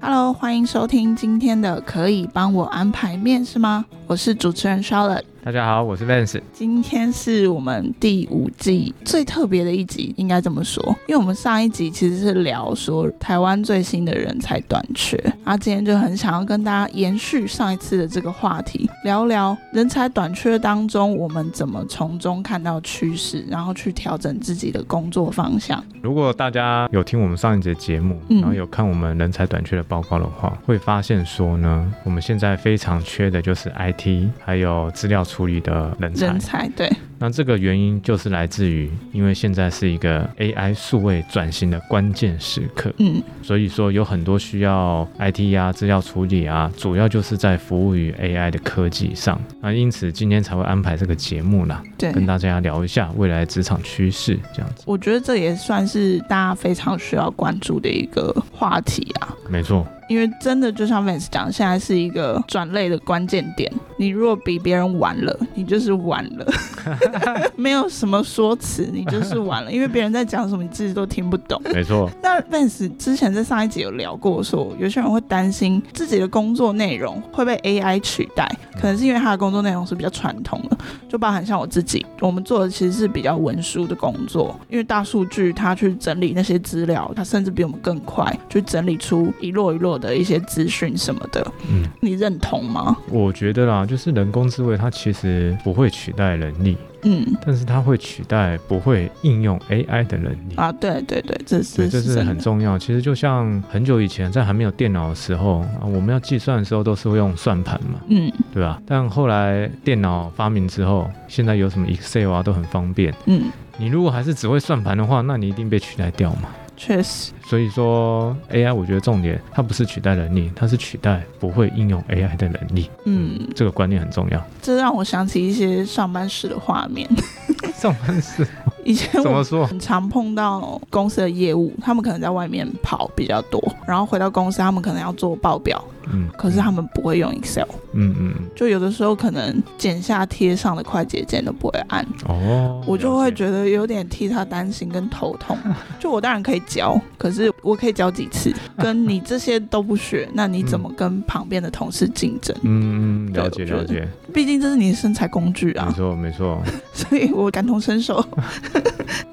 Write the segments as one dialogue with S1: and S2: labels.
S1: Hello，欢迎收听今天的《可以帮我安排面试吗》？我是主持人 Charlotte。
S2: 大家好，我是 Vance。
S1: 今天是我们第五季最特别的一集，应该这么说，因为我们上一集其实是聊说台湾最新的人才短缺，啊，今天就很想要跟大家延续上一次的这个话题，聊聊人才短缺当中我们怎么从中看到趋势，然后去调整自己的工作方向。
S2: 如果大家有听我们上一节节目，
S1: 嗯
S2: 然后有看我们人才短缺的报告的话，会发现说呢，我们现在非常缺的就是 IT 还有资料处理的人才。
S1: 人才对，
S2: 那这个原因就是来自于，因为现在是一个 AI 数位转型的关键时刻，
S1: 嗯，
S2: 所以说有很多需要 IT 啊、资料处理啊，主要就是在服务于 AI 的科技上。那因此今天才会安排这个节目啦，
S1: 对，
S2: 跟大家聊一下未来职场趋势这样子。
S1: 我觉得这也算是大家非常需要关注的一个话题啊，
S2: 没错，
S1: 因为真的就像 Vance 讲，现在是一个转类的关键点。你如果比别人晚了，你就是晚了，没有什么说辞，你就是晚了，因为别人在讲什么，你自己都听不懂。
S2: 没错。
S1: 那 Vance 之前在上一集有聊过说有些人会担心自己的工作内容会被 AI 取代，可能是因为他的工作内容是比较传统的，就包含像我自己，我们做的其实是比较文书的工作，因为大数据它去整理那些资料，它甚至比我们更快去整理出一摞一摞的一些资讯什么的，
S2: 嗯，
S1: 你认同吗？
S2: 我觉得啦，就是人工智慧它其实不会取代人力，
S1: 嗯。
S2: 但是它会取代不会应用 AI 的人力。
S1: 啊，对对对，这是
S2: 对，这是
S1: 真的
S2: 很重要。其实就像很久以前，在还没有电脑的时候，啊、我们要计算的时候都是会用算盘嘛，
S1: 嗯
S2: 对吧？但后来电脑发明之后，现在有什么 Excel 啊都很方便。
S1: 嗯，
S2: 你如果还是只会算盘的话，那你一定被取代掉嘛。
S1: 确实，
S2: 所以说 AI，我觉得重点它不是取代人力，它是取代不会应用 AI 的人力。
S1: 嗯，
S2: 这个观念很重要。
S1: 这让我想起一些上班时的画面。
S2: 上班是
S1: 以前 我
S2: 怎么说？
S1: 很常碰到公司的业务，他们可能在外面跑比较多，然后回到公司，他们可能要做报表，
S2: 嗯，
S1: 可是他们不会用 Excel，
S2: 嗯嗯嗯
S1: 就有的时候可能剪下贴上的快捷键都不会按，
S2: 哦，
S1: 我就会
S2: 得
S1: 觉得有点替他担心跟头痛。就我当然可以教，可是我可以教几次，跟你这些都不学，那你怎么跟旁边的同事竞争？
S2: 嗯嗯
S1: 对
S2: 了解
S1: 我觉得
S2: 了解，
S1: 毕竟这是你的身材工具啊
S2: 没。错没错，
S1: 所以我感同身受。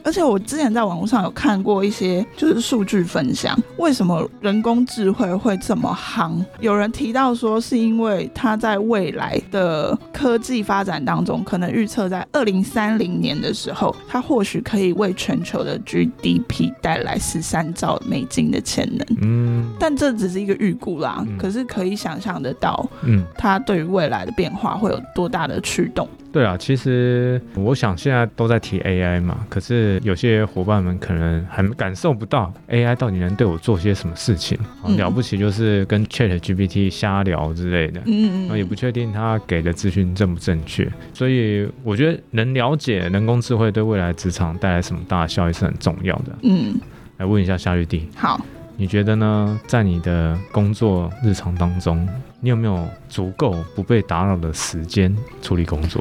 S1: 而且我之前在网络上有看过一些就是数据分享，为什么人工智慧会这么夯？有人提到说是因为它在未来的科技发展当中，可能预测在二零三零年的时候，它或许可以为全球的 GDP 带来十三兆美金的潜能。
S2: 嗯
S1: 但这只是一个预估啦，
S2: 嗯
S1: 可是可以想象得到，
S2: 嗯，
S1: 它对于未来的变化会有多大的驱动。
S2: 对啊，其实我想现在都在提 AI 嘛，可是有些伙伴们可能还感受不到 AI 到底能对我做些什么事情，好
S1: 嗯
S2: 了不起就是跟 Chat GPT 瞎聊之类的。
S1: 嗯
S2: 然后也不确定他给的资讯正不正确，所以我觉得能了解人工智慧对未来职场带来什么大的效益是很重要的。
S1: 嗯，
S2: 来问一下夏绿蒂，
S1: 好。
S2: 你觉得呢？在你的工作日常当中，你有没有足够不被打扰的时间处理工作？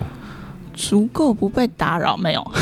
S1: 足够不被打扰没 有？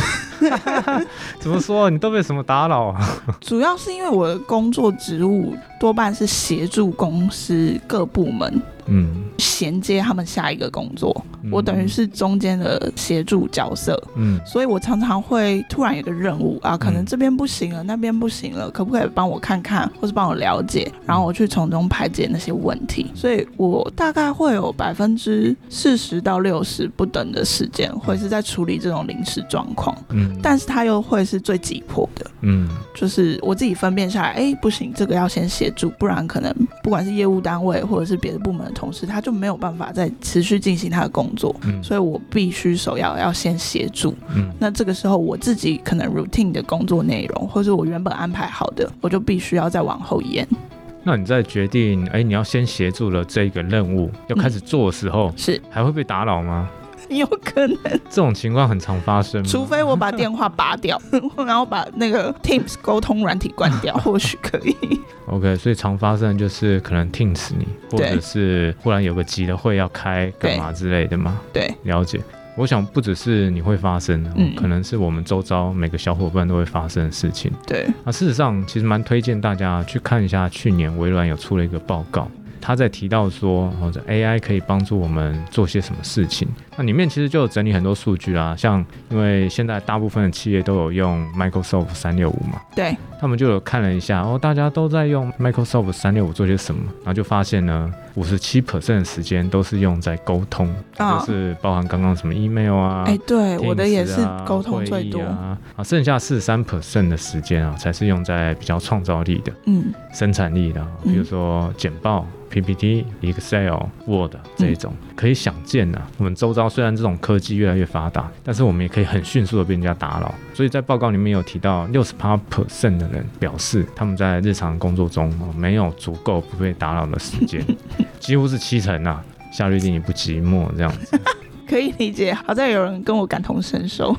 S2: 怎么说？你都被什么打扰啊？
S1: 主要是因为我的工作职务多半是协助公司各部门
S2: 嗯，
S1: 衔接他们下一个工作， 我等于
S2: 嗯，
S1: 是中间的协助角色，
S2: 嗯
S1: 所以我常常会突然有个任务啊，可能
S2: 嗯
S1: 这边不行了，那边不行了，可不可以帮我看看，或是帮我了解，
S2: 嗯
S1: 然后我去从中排解那些问题。所以我大概会有百分之四十到六十不等的时间会是在处理这种临时状况，
S2: 嗯，
S1: 但是它又会是最急迫的。
S2: 嗯
S1: 就是我自己分辨下来，哎、不行，这个要先协助，不然可能不管是业务单位或者是别的部门的同事，他就没有办法再持续进行他的工作，
S2: 嗯
S1: 所以我必须首要要先协助。
S2: 嗯
S1: 那这个时候我自己可能 routine 的工作内容，或是我原本安排好的，我就必须要再往后延。
S2: 那你在决定哎、你要先协助了这个任务要开始做的时候，
S1: 是
S2: 还会被打 扰吗？
S1: 有可能，
S2: 这种情况很常发生吗。
S1: 除非我把电话拔掉， 然后把那个 Teams 沟通软体关 掉，或许可以。
S2: OK，所以常发生的就是可能 Teams 你，或
S1: 对
S2: 者是忽然有个急的会要开干嘛之类的嘛。
S1: 对，
S2: 了解。我想不只是你会发生，哦
S1: 嗯
S2: 可能是我们周遭每个小伙伴都会发生的事情。
S1: 对，
S2: 那事实上，其实蛮推荐大家去看一下，去年微软有出了一个报告，他在提到说，哦或者 AI 可以帮助我们做些什么事情。那里面其实就有整理很多数据啦，像因为现在大部分的企业都有用 Microsoft 三六五嘛，
S1: 对，
S2: 他们就有看了一下，哦，大家都在用 Microsoft 三六五做些什么，然后就发现呢，五十七 percent 的时间都是用在沟通，
S1: 啊
S2: 就是包含刚刚什么 email 啊。
S1: 哎、对，我的
S2: Teams
S1: 也是
S2: 啊
S1: 沟通最多，
S2: 会议啊，啊剩下四三 percent 的时间啊，才是用在比较创造力的、
S1: 嗯，
S2: 生产力的啊，
S1: 嗯
S2: 比如说简报、PPT、Excel、Word 这一种。可以想见呢、我们周遭虽然这种科技越来越发达，但是我们也可以很迅速的被人家打扰。所以在报告里面有提到，六十八 percent 的人表示他们在日常工作中、哦、没有足够不被打扰的时间，几乎是七成啊。夏绿蒂，你不寂寞这样子，
S1: 可以理解。好在有人跟我感同身受，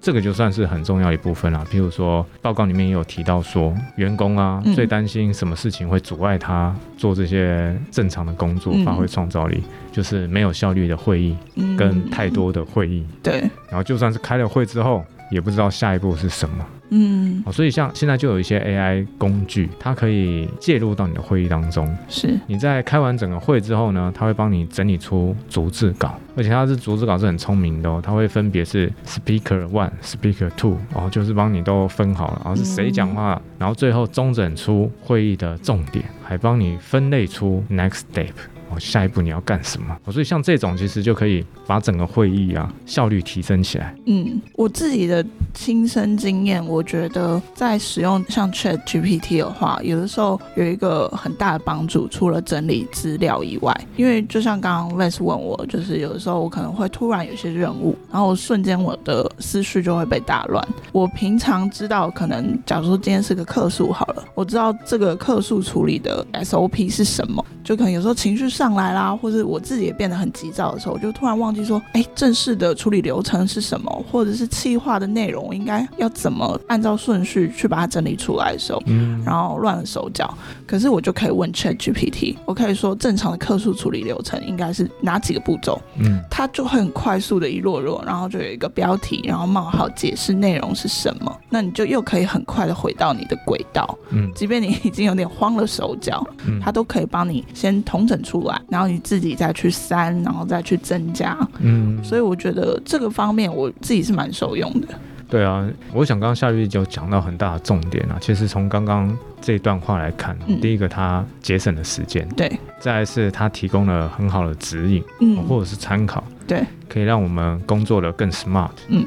S2: 这个就算是很重要一部分啦。譬如说，报告里面也有提到说，员工啊、
S1: 嗯
S2: 最担心什么事情会阻碍他做这些正常的工作，
S1: 嗯
S2: 发挥创造力，就是没有效率的会议
S1: 嗯，
S2: 跟太多的会议，
S1: 对，
S2: 然后就算是开了会之后。也不知道下一步是什么、
S1: 嗯，
S2: 哦所以像现在就有一些 AI 工具，它可以介入到你的会议当中。
S1: 是，
S2: 你在开完整个会之后呢，它会帮你整理出逐字稿，而且它是逐字稿是很聪明的哦，它会分别是 speaker one、speaker two，然后就是帮你都分好了，然后是谁讲话，然后最后中整出会议的重点，还帮你分类出 next step。哦，下一步你要干什么？哦所以像这种其实就可以把整个会议啊效率提升起来。
S1: 嗯，我自己的亲身经验，我觉得在使用像 Chat GPT 的话，有的时候有一个很大的帮助，除了整理资料以外，因为就像刚刚 Vance 问我，就是有的时候我可能会突然有些任务，然后瞬间我的思绪就会被打乱。我平常知道，可能假如说今天是个客诉好了，我知道这个客诉处理的 SOP 是什么，就可能有时候情绪上来啦，或者我自己也变得很急躁的时候，我就突然忘记说，哎，正式的处理流程是什么，或者是企划的内容应该要怎么按照顺序去把它整理出来的时候，
S2: 嗯
S1: 然后乱了手脚。可是我就可以问 Chat GPT，我可以说正常的客诉处理流程应该是哪几个步骤，
S2: 嗯，
S1: 它就会很快速的一落落，然后就有一个标题，然后冒号解释内容是什么，那你就又可以很快的回到你的轨道，
S2: 嗯
S1: 即便你已经有点慌了手脚，
S2: 嗯
S1: 它都可以帮你先统整出来，然后你自己再去删，然后再去增加。
S2: 嗯
S1: 所以我觉得这个方面我自己是蛮受用的。
S2: 对啊，我想刚刚夏玉就讲到很大的重点啊。其实从刚刚这一段话来看，
S1: 嗯
S2: 第一个它节省了时间，
S1: 对，
S2: 再来是它提供了很好的指引、哦或
S1: 嗯，
S2: 者是参考，
S1: 对，
S2: 可以让我们工作的更 smart。
S1: 嗯，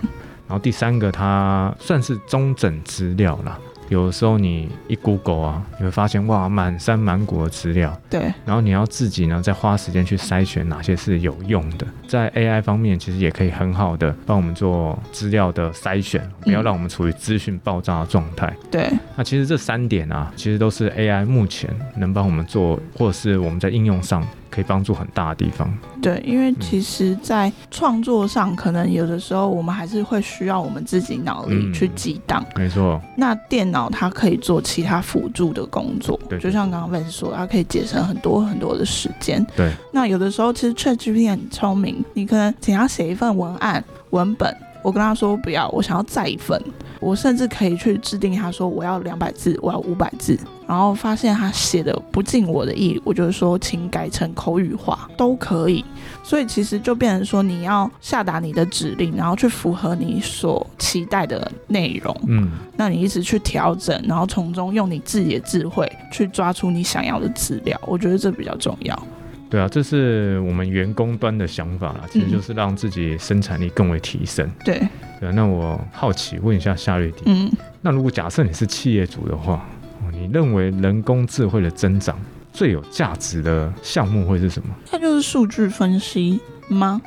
S2: 然后第三个，它算是中整资料啦。有的时候你一 Google 啊，你会发现哇，满山满谷的资料，
S1: 对，
S2: 然后你要自己呢再花时间去筛选哪些是有用的。在 AI 方面，其实也可以很好的帮我们做资料的筛选，不要让我们处于资讯爆炸的状态。
S1: 对，
S2: 那其实这三点啊，其实都是 AI 目前能帮我们做，或者是我们在应用上可以帮助很大的地方。
S1: 对，因为其实，在创作上，可能有的时候我们还是会需要我们自己脑力
S2: 嗯
S1: 去激荡。
S2: 没错，
S1: 那电脑它可以做其他辅助的工作，
S2: 对
S1: 就像刚刚 Vance 说，它可以节省很多很多的时间。
S2: 对，
S1: 那有的时候其实 ChatGPT 很聪明，你可能请他写一份文案文本，我跟他说不要，我想要再一份，我甚至可以去制定他说我要两百字，我要五百字，然后发现他写的不尽我的意，我就说请改成口语化都可以。所以其实就变成说你要下达你的指令，然后去符合你所期待的内容。
S2: 嗯，
S1: 那你一直去调整，然后从中用你自己的智慧去抓出你想要的资料，我觉得这比较重要。
S2: 对啊，这是我们员工端的想法啦，其实就是让自己生产力更为提升。
S1: 对，
S2: 对啊，那我好奇问一下夏瑞迪，
S1: 嗯，
S2: 那如果假设你是企业主的话，哦你认为人工智慧的增长最有价值的项目会是什么？
S1: 那就是数据分析吗？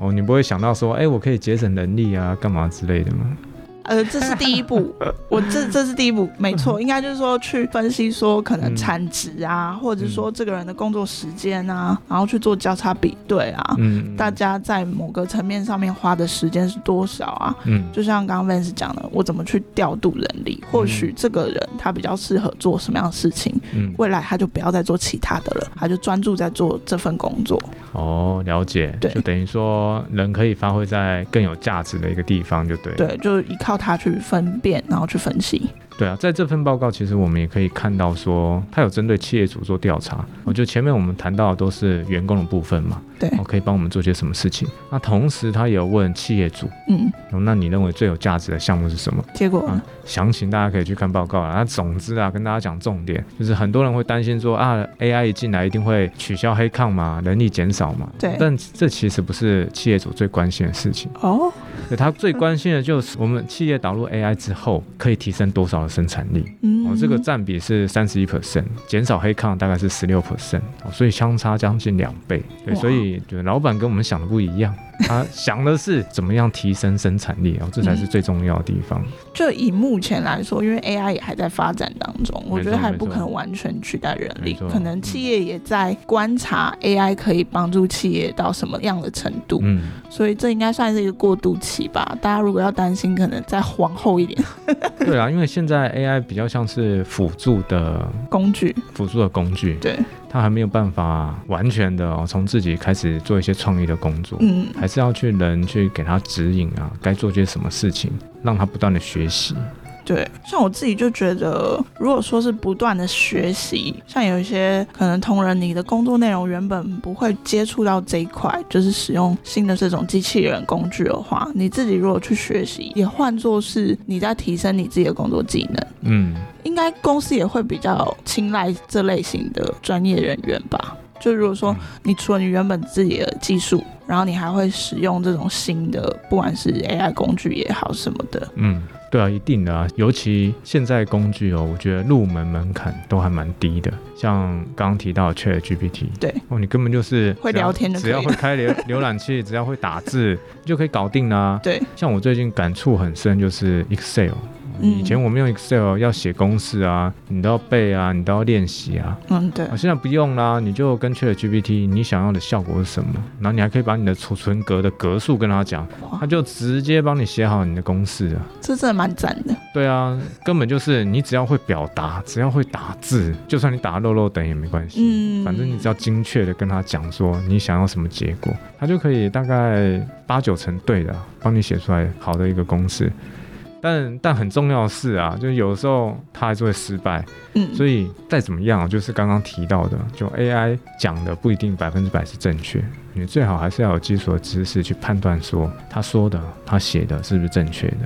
S2: 哦，你不会想到说，哎、我可以节省人力啊，干嘛之类的吗？
S1: 呃，这是第一步，我 这这是第一步，没错，应该就是说去分析说可能产值啊，或者说这个人的工作时间啊，然后去做交叉比对啊，
S2: 嗯，
S1: 大家在某个层面上面花的时间是多少啊？
S2: 嗯，
S1: 就像刚刚 Vance 讲的，我怎么去调度人力？或许这个人他比较适合做什么样的事情，
S2: 嗯
S1: 未来他就不要再做其他的了，他就专注在做这份工作。
S2: 哦，了解，
S1: 对
S2: 就等于说人可以发挥在更有价值的一个地方，就对，
S1: 对，就依靠他去分辨，然后去分析。
S2: 对啊，在这份报告其实我们也可以看到说，它有针对企业主做调查。我觉得前面我们谈到的都是员工的部分嘛，
S1: 嗯对
S2: 哦，可以帮我们做些什么事情。那同时他也有问企业主，
S1: 嗯，
S2: 哦那你认为最有价值的项目是什么？
S1: 结果呢
S2: 啊，详情大家可以去看报告啊。那总之啊，跟大家讲重点，就是很多人会担心说啊，AI 一进来一定会取消黑抗嘛，人力减少嘛。
S1: 对
S2: 但这其实不是企业主最关心的事情，
S1: 哦，
S2: 对他最关心的就是我们企业导入 AI 之后可以提升多少的生产力。
S1: 嗯，
S2: 哦，这个占比是三十一 percent，减少黑抗大概是十六 percent，哦，所以相差将近两倍。对，
S1: 哇
S2: 所以就老板跟我们想的不 一样，他想的是怎么样提升生产力，哦，这才是
S1: 嗯
S2: 最重要的地方。
S1: 就以目前来说，因为 AI 也还在发展当中，我觉得还不可能完全取代人力
S2: 没错，
S1: 可能企业也在观察 AI 可以帮助企业到什么样的程度，
S2: 嗯，
S1: 所以这应该算是一个过渡期吧。大家如果要担心，可能再往后一点
S2: 对啊，因为现在 AI 比较像是辅助的
S1: 工具，
S2: 辅助的工具，
S1: 对，
S2: 它还没有办法完全的哦，从自己开始做一些创意的工作。
S1: 嗯，
S2: 还是要去人去给他指引啊，该做些什么事情，让他不断的学习。
S1: 对，像我自己就觉得，如果说是不断的学习，像有一些可能同仁，你的工作内容原本不会接触到这一块，就是使用新的这种机器人工具的话，你自己如果去学习，也换作是你在提升你自己的工作技能，
S2: 嗯，
S1: 应该公司也会比较青睐这类型的专业人员吧。就如果说
S2: 嗯
S1: 你除了你原本自己的技术，然后你还会使用这种新的，不管是 AI 工具也好什么的，
S2: 嗯，对啊，一定的啊，尤其现在工具哦，我觉得入门门槛都还蛮低的，像刚刚提到的 Chat GPT，
S1: 对，
S2: 哦，你根本就是
S1: 会
S2: 只要
S1: 聊天就可
S2: 只
S1: 以
S2: 要
S1: 了
S2: 会开浏 浏览器，只要会打字就可以搞定啦、
S1: 对，
S2: 像我最近感触很深就是 Excel。
S1: 嗯
S2: 以前我们用 Excel 要写公式啊，你都要背啊，你都要练习啊。
S1: 嗯，对
S2: 啊，，现在不用啦，你就跟 Chat GPT 你想要的效果是什么，然后你还可以把你的储存格的格数跟他讲，
S1: 哇
S2: 他就直接帮你写好你的公式啊。
S1: 这真的蛮赞的。
S2: 对啊，根本就是你只要会表达，只要会打字，就算你打漏漏等也没关系。
S1: 嗯
S2: 反正你只要精确的跟他讲说你想要什么结果，他就可以大概八九成对的啊帮你写出来好的一个公式。但但很重要的是啊，就是有时候他还是会失败，
S1: 嗯，
S2: 所以再怎么样啊，就是刚刚提到的，就 AI 讲的不一定百分之百是正确，你最好还是要有基础的知识去判断说他说的、他写的是不是正确的，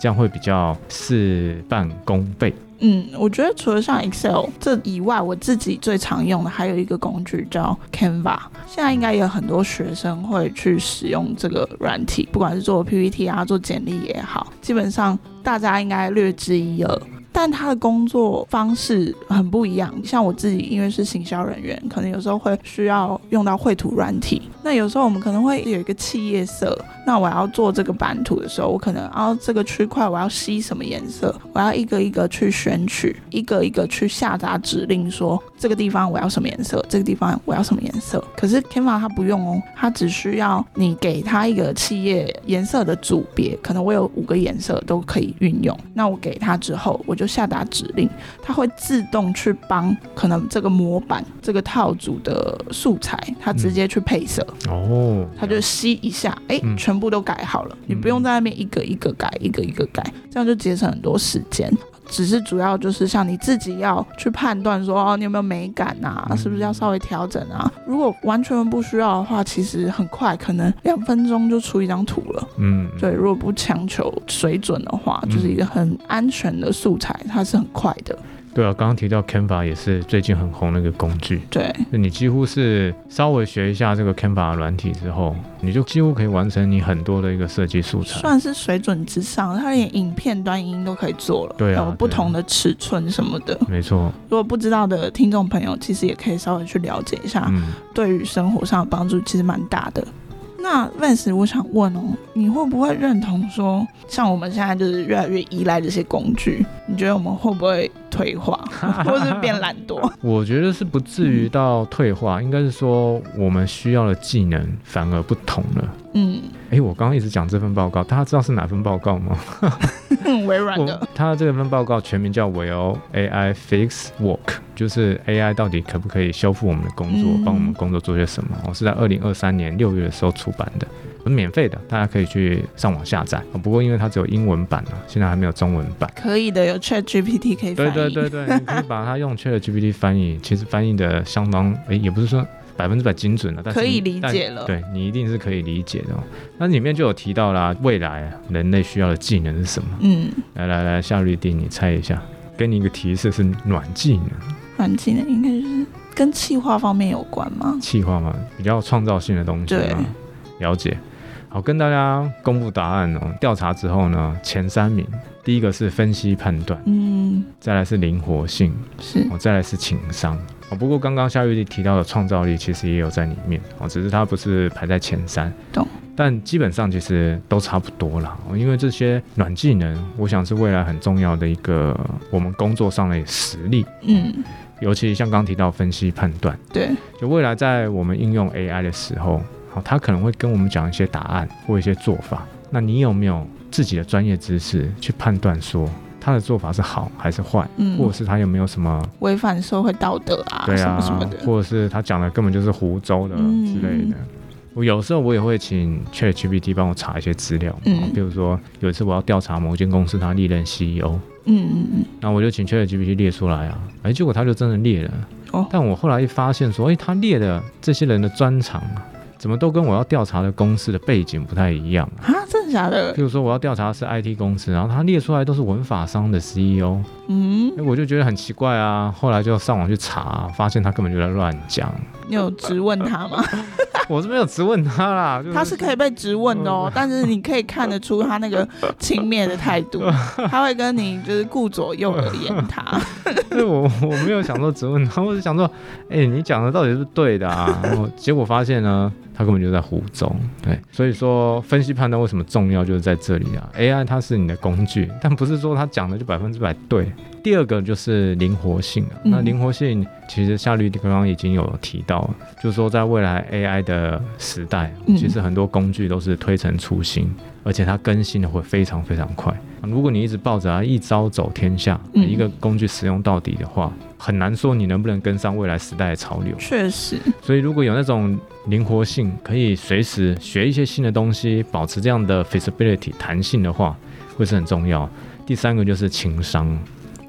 S2: 这样会比较事半功倍。
S1: 嗯，我觉得除了像 Excel 这以外，我自己最常用的还有一个工具叫 Canva。现在应该也有很多学生会去使用这个软体，不管是做 PPT 啊、做简历也好，基本上大家应该略知一二。但他的工作方式很不一样，像我自己因为是行销人员，可能有时候会需要用到绘图软体。那有时候我们可能会有一个企业色，那我要做这个版图的时候，我可能啊这个区块我要吸什么颜色，我要一个一个去选取，一个一个去下达指令说这个地方我要什么颜色，这个地方我要什么颜色。可是 Canva 它不用哦，它只需要你给它一个企业颜色的组别，可能我有五个颜色都可以运用。那我给它之后，我就下达指令，它会自动去帮可能这个模板这个套组的素材，它直接去配色。
S2: 哦，
S1: 它就吸一下，哎、
S2: 嗯
S1: 全部都改好了，你不用在那边一个一个改，一个一个改，这样就节省很多时间。只是主要就是像你自己要去判断说哦，你有没有美感啊，
S2: 嗯
S1: 是不是要稍微调整啊？如果完全不需要的话，其实很快，可能两分钟就出一张图了。
S2: 嗯，
S1: 对，如果不强求水准的话，
S2: 嗯
S1: 就是一个很安全的素材，它是很快的。
S2: 对啊，刚刚提到 Canva 也是最近很红的一个工具，
S1: 对，
S2: 那你几乎是稍微学一下这个 Canva 的软体之后，你就几乎可以完成你很多的一个设计素材。
S1: 算是水准之上，它连影片、端音都可以做了，
S2: 对啊
S1: 有不
S2: 对啊
S1: 同的尺寸什么的。
S2: 没错，
S1: 如果不知道的听众朋友，其实也可以稍微去了解一下，
S2: 嗯，
S1: 对于生活上的帮助其实蛮大的。那 Vance，我想问哦，你会不会认同说，像我们现在就是越来越依赖这些工具，你觉得我们会不会退 化，或是变懒惰？
S2: 我觉得是不至于到退化，应该是说我们需要的技能反而不同了。
S1: 嗯，
S2: 诶，我刚刚一直讲这份报告，大家知道是哪份报告吗？
S1: 微软
S2: 我
S1: 的，
S2: 它这份报告全名叫 Will AI Fix Work，就是 AI 到底可不可以修复我们的工作，
S1: 嗯
S2: 帮我们工作做些什么？我是在二零二三年六月的时候出版的，免费的，大家可以去上网下载。哦不过因为它只有英文版啊，现在还没有中文版。
S1: 可以的，有 Chat GPT 可以翻
S2: 对
S1: 译。
S2: 对对对，你可以把它用 Chat GPT 翻译，其实翻译的相当，诶，也不是说百分之百精准的，啊但是
S1: 可以理
S2: 但
S1: 解了。
S2: 对你一定是可以理解的、哦。那里面就有提到啦，未来啊人类需要的技能是什么？
S1: 嗯，
S2: 来来来，夏绿蒂，你猜一下，给你一个提示是暖技能，
S1: 软技能应该就是跟气化方面有关吗？
S2: 气化嘛，比较创造性的东西
S1: 对
S2: 嘛。了解。好，跟大家公布答案哦。调查之后呢，前三名，第一个是分析判断，
S1: 嗯，
S2: 再来是灵活性，
S1: 是
S2: 哦，再来是情商。哦，不过刚刚夏玉丽提到的创造力其实也有在里面哦，只是它不是排在前三。
S1: 懂。
S2: 但基本上其实都差不多啦，哦因为这些软技能，我想是未来很重要的一个我们工作上的实力。
S1: 嗯，
S2: 尤其像刚提到分析判断，
S1: 对，
S2: 就未来在我们应用 AI 的时候，好，它可能会跟我们讲一些答案或一些做法。那你有没有自己的专业知识去判断说它的做法是好还是坏，
S1: 嗯，
S2: 或者是它有没有什么
S1: 违反社会道德啊，
S2: 对
S1: 什
S2: 啊
S1: 么什么，的。
S2: 或者是他讲的根本就是湖州的
S1: 嗯
S2: 之类的。我有时候我也会请 ChatGPT 帮我查一些资料，
S1: 嗯
S2: 比如说有一次我要调查某间公司它历任 CEO，
S1: 嗯嗯嗯，
S2: 那我就请 ChatGPT 列出来啊，哎、结果他就真的列了。
S1: 哦
S2: 但我后来一发现说，哎、他列的这些人的专长啊，怎么都跟我要调查的公司的背景不太一样啊。
S1: 啊，真的假的
S2: 比？如说我要调查的是 IT 公司，然后他列出来都是文法商的 CEO，
S1: 嗯
S2: 哎、，我就觉得很奇怪啊。后来就上网去查，发现他根本就在乱讲。
S1: 你有质问他吗？
S2: 我是没有质问他 啦，就是、
S1: 他是可以被质问的哦，但是你可以看得出他那个轻蔑的态度，他会跟你就是顾左右而言他。
S2: 就是 我我没有想说质问他，我是想说， 哎、你讲的到底是不是对的啊？然后结果发现呢，他根本就在胡诌。对，所以说分析判断为什么重要，就是在这里啊。AI 它是你的工具，但不是说它讲的就百分之百对。第二个就是灵活性啊，
S1: 嗯
S2: 那灵活性其实夏绿刚刚已经有提到了，就是说在未来 AI 的时代，
S1: 嗯
S2: 其实很多工具都是推陈出新，而且它更新的会非常非常快。如果你一直抱着啊它一招走天下，
S1: 嗯
S2: 一个工具使用到底的话，很难说你能不能跟上未来时代的潮流。
S1: 确实，
S2: 所以如果有那种灵活性，可以随时学一些新的东西，保持这样的 flexibility 弹性的话，会是很重要。第三个就是情商，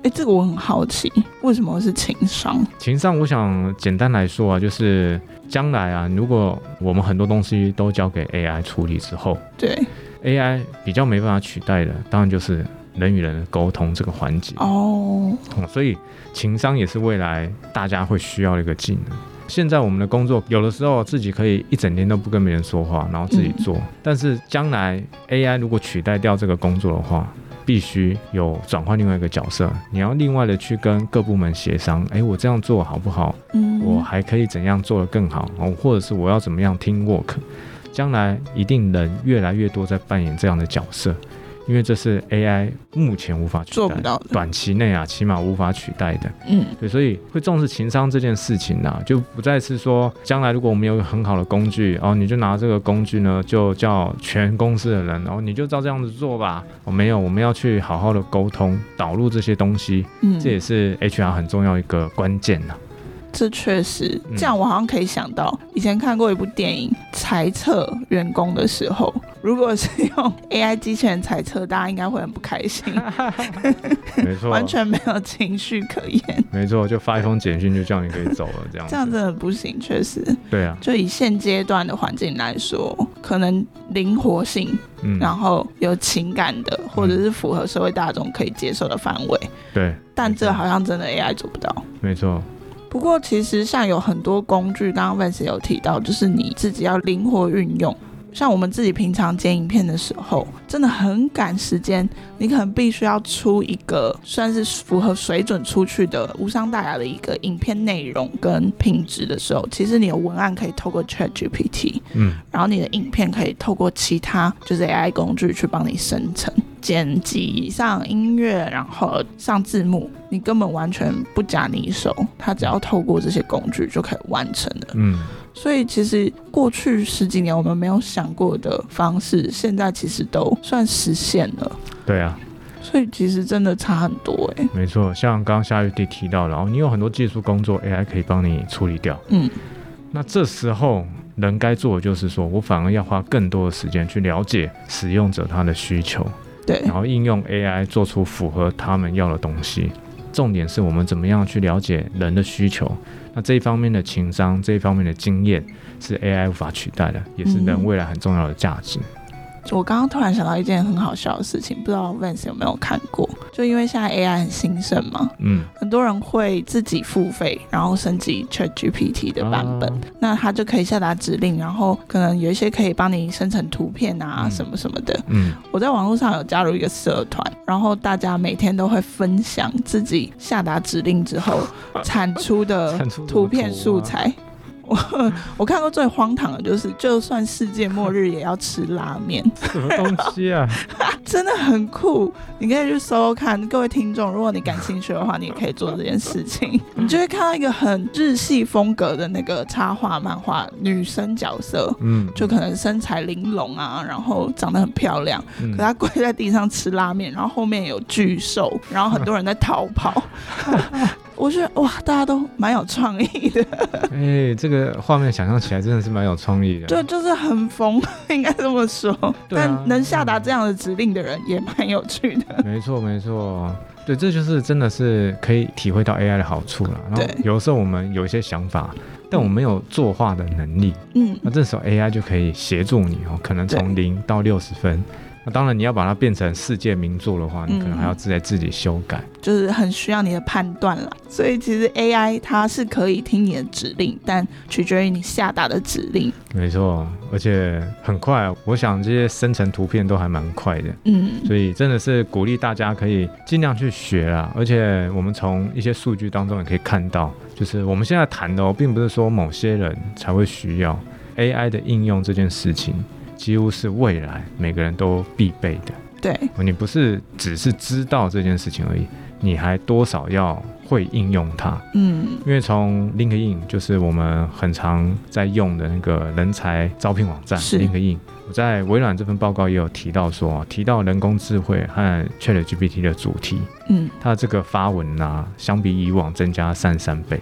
S1: 哎、这个我很好奇，为什么是情商？
S2: 情商，我想简单来说啊，就是将来啊，如果我们很多东西都交给 AI 处理之后
S1: 对，
S2: ，AI 比较没办法取代的，当然就是人与人的沟通这个环节。
S1: 哦，
S2: 哦，所以情商也是未来大家会需要的一个技能。现在我们的工作有的时候自己可以一整天都不跟别人说话，然后自己做。但是将来 AI 如果取代掉这个工作的话，必须有转换另外一个角色，你要另外的去跟各部门协商。诶，我这样做好不好？
S1: 嗯，
S2: 我还可以怎样做得更好？哦，或者是我要怎么样 team work？将来一定人越来越多在扮演这样的角色，因为这是 AI 目前无法取代
S1: 做
S2: 的。
S1: 不到的，
S2: 短期内啊，起码无法取代的。
S1: 嗯
S2: 对，所以会重视情商这件事情啊，就不再是说将来如果我们有很好的工具，哦，你就拿这个工具呢，就叫全公司的人，然、后你就照这样子做吧。哦，没有，我们要去好好的沟通，导入这些东西，
S1: 嗯，
S2: 这也是 HR 很重要一个关键啊呐、
S1: 这确实
S2: 嗯，
S1: 这样我好像可以想到，以前看过一部电影，裁撤员工的时候， 如果是 用 AI 机器人裁撤，大家应该会很不开心，
S2: 没错，
S1: 完全没有情绪可言，
S2: 没错，就发一封简讯就叫你可以走了，这样
S1: 这
S2: 子。
S1: 样真的不行，确实。
S2: 对啊，
S1: 就以现阶段的环境来说，可能灵活性，
S2: 嗯，
S1: 然后有情感的，或者是符合社会大众可以接受的范围，
S2: 对，
S1: 但
S2: 没错
S1: 这好像真的 AI 做不到。
S2: 没错，
S1: 不过其实像有很多工具，刚刚 Vance 有提到，就是你自己要灵活运用。像我们自己平常剪影片的时候，真的很赶时间，你可能必须要出一个算是符合水准出去的无伤大雅的一个影片内容跟品质的时候，其实你的文案可以透过 Chat GPT，
S2: 嗯，
S1: 然后你的影片可以透过其他就是 AI 工具去帮你生成、剪辑、上音乐，然后上字幕，你根本完全不假你手，它只要透过这些工具就可以完成了。
S2: 嗯，
S1: 所以其实过去十几年我们没有想过的方式，现在其实都算实现了。
S2: 对啊，
S1: 所以其实真的差很多哎、
S2: 没错。像刚刚夏玉帝提到的，然哦后你有很多技术工作，AI 可以帮你处理掉。
S1: 嗯
S2: 那这时候人该做的就是说，我反而要花更多的时间去了解使用者他的需求，
S1: 对
S2: 然，后应用 AI 做出符合他们要的东西。重点是我们怎么样去了解人的需求。那这一方面的情商，这一方面的经验是 AI 无法取代的，也是人
S1: 嗯
S2: 未来很重要的价值。
S1: 我刚刚突然想到一件很好笑的事情，不知道 Vance 有没有看过？就因为现在 AI 很兴盛嘛，
S2: 嗯，
S1: 很多人会自己付费，然后升级 ChatGPT 的版本，
S2: 啊
S1: 那它就可以下达指令，然后可能有一些可以帮你生成图片啊、
S2: 嗯
S1: 什么什么的。
S2: 嗯，
S1: 我在网络上有加入一个社团，然后大家每天都会分享自己下达指令之后产出的
S2: 产出什么
S1: 呃图片
S2: 图啊啊
S1: 素材。我 我看过最荒唐的就是，就算世界末日也要吃拉面，
S2: 什么东 西啊？
S1: 真的很酷。你可以去搜搜看，各位听众，如果你感兴趣的话，你也可以做这件事情。
S2: 嗯
S1: 你就会看到一个很日系风格的那个插画漫画女生角色，
S2: 嗯，
S1: 就可能身材玲珑啊，然后长得很漂亮。
S2: 嗯
S1: 可他跪在地上吃拉面，然后后面有巨兽，然后很多人在逃 跑。我觉得哇，大家都蛮有创意的，
S2: 哎、这个画面想象起来真的是蛮有创意的。
S1: 对，就是很疯， 应该这么说。
S2: 对啊
S1: 但能下达这样的指令的人也蛮有趣的。
S2: 没错，没错，对，这就是真的是可以体会到 AI 的好处了。然后
S1: 对
S2: 有时候我们有一些想法，但我们没有作画的能力，
S1: 嗯，
S2: 那这时候 AI 就可以协助你哦，可能从零到六十分。那当然，你要把它变成世界名作的话，你可
S1: 嗯
S2: 能还要自己自己修改。
S1: 就是很需要你的判断啦。所以其实 AI 它是可以听你的指令，但取决于你下达的指令。
S2: 没错，而且很快，我想这些生成图片都还蛮快的。
S1: 嗯，
S2: 所以真的是鼓励大家可以尽量去学啦，而且我们从一些数据当中也可以看到，就是我们现在谈的、哦，并不是说某些人才会需要 AI 的应用这件事情，几乎是未来每个人都必备的。
S1: 对，
S2: 你不是只是知道这件事情而已，你还多少要会应用它。
S1: 嗯
S2: 因为从 LinkedIn 就是我们很常在用的那个人才招聘网站
S1: 是
S2: LinkedIn，我在微软这份报告也有提到说，提到人工智慧和 ChatGPT 的主题，
S1: 嗯，
S2: 它的这个发文啊，相比以往增加三三倍，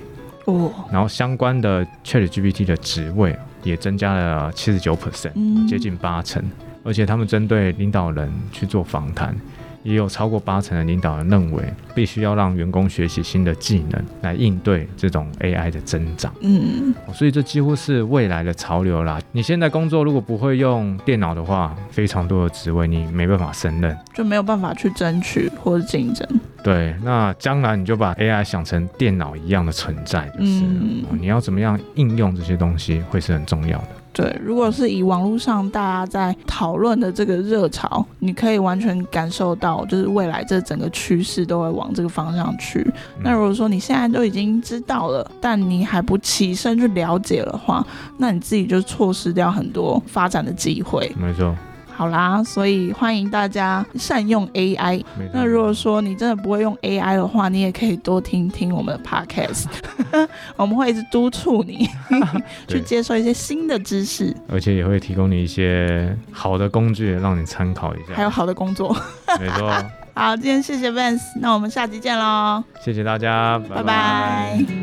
S1: 哦，
S2: 然后相关的 ChatGPT 的职位也增加了七十九 percent，
S1: 嗯
S2: 接近八成，而且他们针对领导人去做访谈。也有超过八成的领导人认为，必须要让员工学习新的技能来应对这种 AI 的增长。哦
S1: 嗯，
S2: 所以这几乎是未来的潮流啦。你现在工作如果不会用电脑的话，非常多的职位你没办法胜任。
S1: 就没有办法去争取或者竞争。
S2: 对，那将来你就把 AI 想成电脑一样的存在，就是、
S1: 嗯
S2: 哦你要怎么样应用这些东西会是很重要的。
S1: 对，如果是以网络上大家在讨论的这个热潮，你可以完全感受到，就是未来这整个趋势都会往这个方向去。
S2: 嗯
S1: 那如果说你现在都已经知道了，但你还不起身去了解的话，那你自己就错失掉很多发展的机会。
S2: 嗯没错，
S1: 好啦，所以欢迎大家善用 AI。
S2: 没错
S1: 那如果说你真的不会用 AI 的话，你也可以多听听我们的 Podcast，我们会一直督促你去
S2: 对
S1: 接受一些新的知识。
S2: 而且也会提供你一些好的工具让你参考一下。
S1: 还有好的工作。
S2: 没错，
S1: 好，今天谢谢 Vance，那我们下期见喽，
S2: 谢谢大家，
S1: 拜拜